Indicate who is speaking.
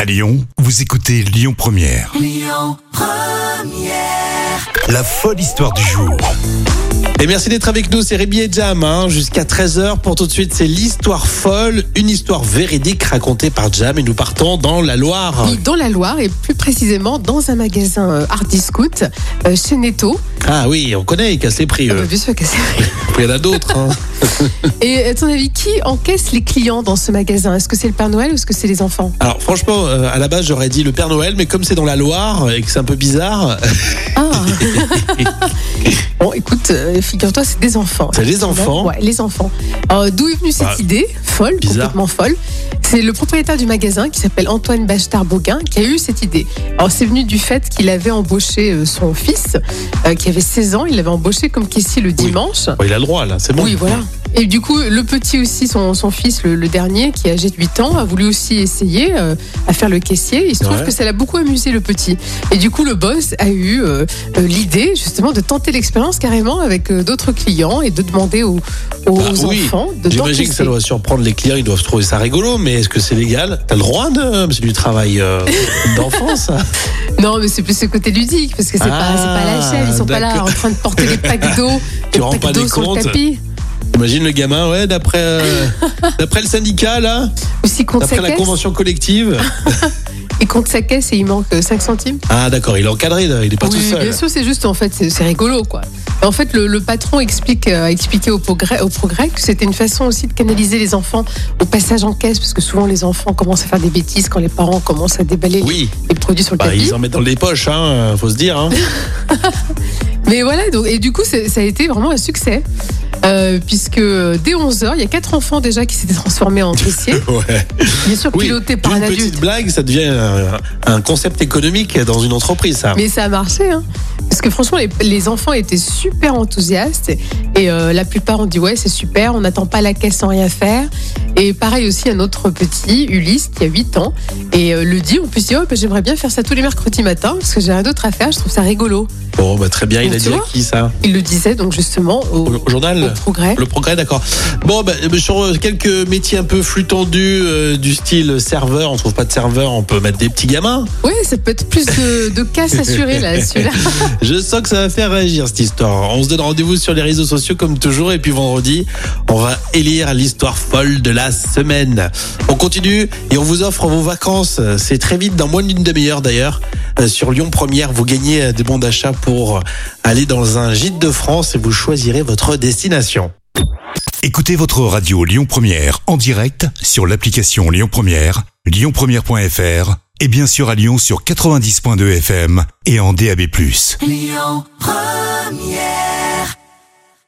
Speaker 1: À Lyon, vous écoutez Lyon Première. La folle histoire du jour.
Speaker 2: Et merci d'être avec nous, c'est Rémi et Jam, hein, jusqu'à 13h pour tout de suite, c'est l'histoire folle, une histoire véridique racontée par Jam et nous partons dans la Loire.
Speaker 3: Et dans la Loire, et plus précisément dans un magasin euh, Art Discount, euh, chez Netto.
Speaker 2: Ah oui, on connaît, ils cassent les prix,
Speaker 3: Ah bah,
Speaker 2: eux.
Speaker 3: bien sûr que c'est
Speaker 2: Puis il y en a d'autres. hein.
Speaker 3: Et à ton avis, qui encaisse les clients dans ce magasin Est-ce que c'est le Père Noël ou est-ce que c'est les enfants
Speaker 2: Alors franchement, euh, à la base j'aurais dit le Père Noël, mais comme c'est dans la Loire et que c'est un peu bizarre, euh,
Speaker 3: Ah Bon, écoute, euh, figure-toi, c'est des enfants.
Speaker 2: C'est les enfants.
Speaker 3: Ouais, les enfants. Alors, D'où est venue cette
Speaker 2: Bah,
Speaker 3: idée folle,
Speaker 2: bizarre.
Speaker 3: complètement folle C'est le propriétaire du magasin qui s'appelle Antoine Bachetard Boguin qui a eu cette idée. Alors, c'est venu du fait qu'il avait embauché euh, son fils, euh, qui avait 16 ans. Il l'avait embauché comme caissier le dimanche.
Speaker 2: bon, il a le droit là, c'est bon.
Speaker 3: Oui, voilà. Et du coup, le petit aussi, son, son fils, le, le dernier, qui est âgé de 8 ans, a voulu aussi essayer euh, à faire le caissier. Il se trouve
Speaker 2: Ouais.
Speaker 3: que ça l'a beaucoup amusé, le petit. Et du coup, le boss a eu euh, euh, l'idée, justement, de tenter l'expérience carrément avec euh, d'autres clients et de demander aux, aux
Speaker 2: Bah oui,
Speaker 3: enfants de
Speaker 2: J'imagine que ça
Speaker 3: d'encaisser.
Speaker 2: doit surprendre les clients, ils doivent trouver ça rigolo, mais est-ce que c'est légal T'as le droit de... C'est du travail euh, hein. d'enfant ça
Speaker 3: Non, mais c'est plus ce côté ludique, parce que c'est
Speaker 2: Ah,
Speaker 3: pas, c'est pas la chaîne. Ils sont pas là
Speaker 2: d'accord.
Speaker 3: en train de porter des packs d'eau,
Speaker 2: Tu
Speaker 3: des
Speaker 2: rends pas
Speaker 3: packs d'eau
Speaker 2: des
Speaker 3: sur le
Speaker 2: comptes
Speaker 3: tapis.
Speaker 2: Imagine le gamin, ouais, d'après euh, d'après le syndicat là,
Speaker 3: Ou s'il compte sa
Speaker 2: d'après la
Speaker 3: caisse,
Speaker 2: convention collective.
Speaker 3: il compte sa caisse et il manque 5 centimes.
Speaker 2: Ah d'accord, il est encadré, là, il n'est pas
Speaker 3: oui,
Speaker 2: tout seul.
Speaker 3: bien sûr, c'est juste en fait, c'est c'est rigolo quoi. Et en fait, le, le patron explique, euh, a expliqué au progrès, au progrès que c'était une façon aussi de canaliser les enfants au passage en caisse, parce que souvent les enfants commencent à faire des bêtises quand les parents commencent à déballer
Speaker 2: Oui,
Speaker 3: les produits sur le
Speaker 2: bah,
Speaker 3: tapis.
Speaker 2: ils en mettent dans les poches, hein, faut se dire. hein.
Speaker 3: Mais voilà, donc, et du coup, c'est- ça a été vraiment un succès. euh, puisque dès 11h, il y a quatre enfants déjà qui s'étaient transformés en caissiers,
Speaker 2: Ouais.
Speaker 3: bien sûr
Speaker 2: Oui,
Speaker 3: pilotés Ah, par
Speaker 2: une
Speaker 3: un
Speaker 2: petite
Speaker 3: adulte.
Speaker 2: blague, ça devient un, un concept économique dans une entreprise, ça.
Speaker 3: Mais ça a marché, hein. Parce que franchement, les, les enfants étaient super enthousiastes. Et euh, la plupart ont dit Ouais, c'est super, on n'attend pas la caisse sans rien faire. Et pareil aussi, un autre petit, Ulysse, qui a 8 ans. Et euh, le dit On peut se dire Oh, bah, J'aimerais bien faire ça tous les mercredis matin, parce que j'ai rien d'autre à faire, je trouve ça rigolo.
Speaker 2: Bon, bah, très bien, il a
Speaker 3: Tu
Speaker 2: dit à
Speaker 3: vois
Speaker 2: qui ça
Speaker 3: Il le disait donc justement au,
Speaker 2: au, au
Speaker 3: au
Speaker 2: journal
Speaker 3: progrès.
Speaker 2: le progrès, d'accord. Bon, bah, euh, sur euh, quelques métiers un peu flux tendu, euh, du style serveur, on trouve pas de serveur, on peut mettre des petits gamins.
Speaker 3: Ouais, ça peut être plus de, de casse assurée là, celui-là.
Speaker 2: Je sens que ça va faire réagir cette histoire. On se donne rendez-vous sur les réseaux sociaux comme toujours et puis vendredi, on va élire l'histoire folle de la semaine. On continue et on vous offre vos vacances. C'est très vite, dans moins d'une demi-heure d'ailleurs. Euh, Sur Lyon Première, vous gagnez euh, des bons d'achat pour euh, aller dans un gîte de France et vous choisirez votre destination.
Speaker 1: Écoutez votre radio Lyon Première en direct sur l'application Lyon Première, lyonpremière.fr et bien sûr à Lyon sur 90.2 FM et en DAB+.
Speaker 4: Lyon Première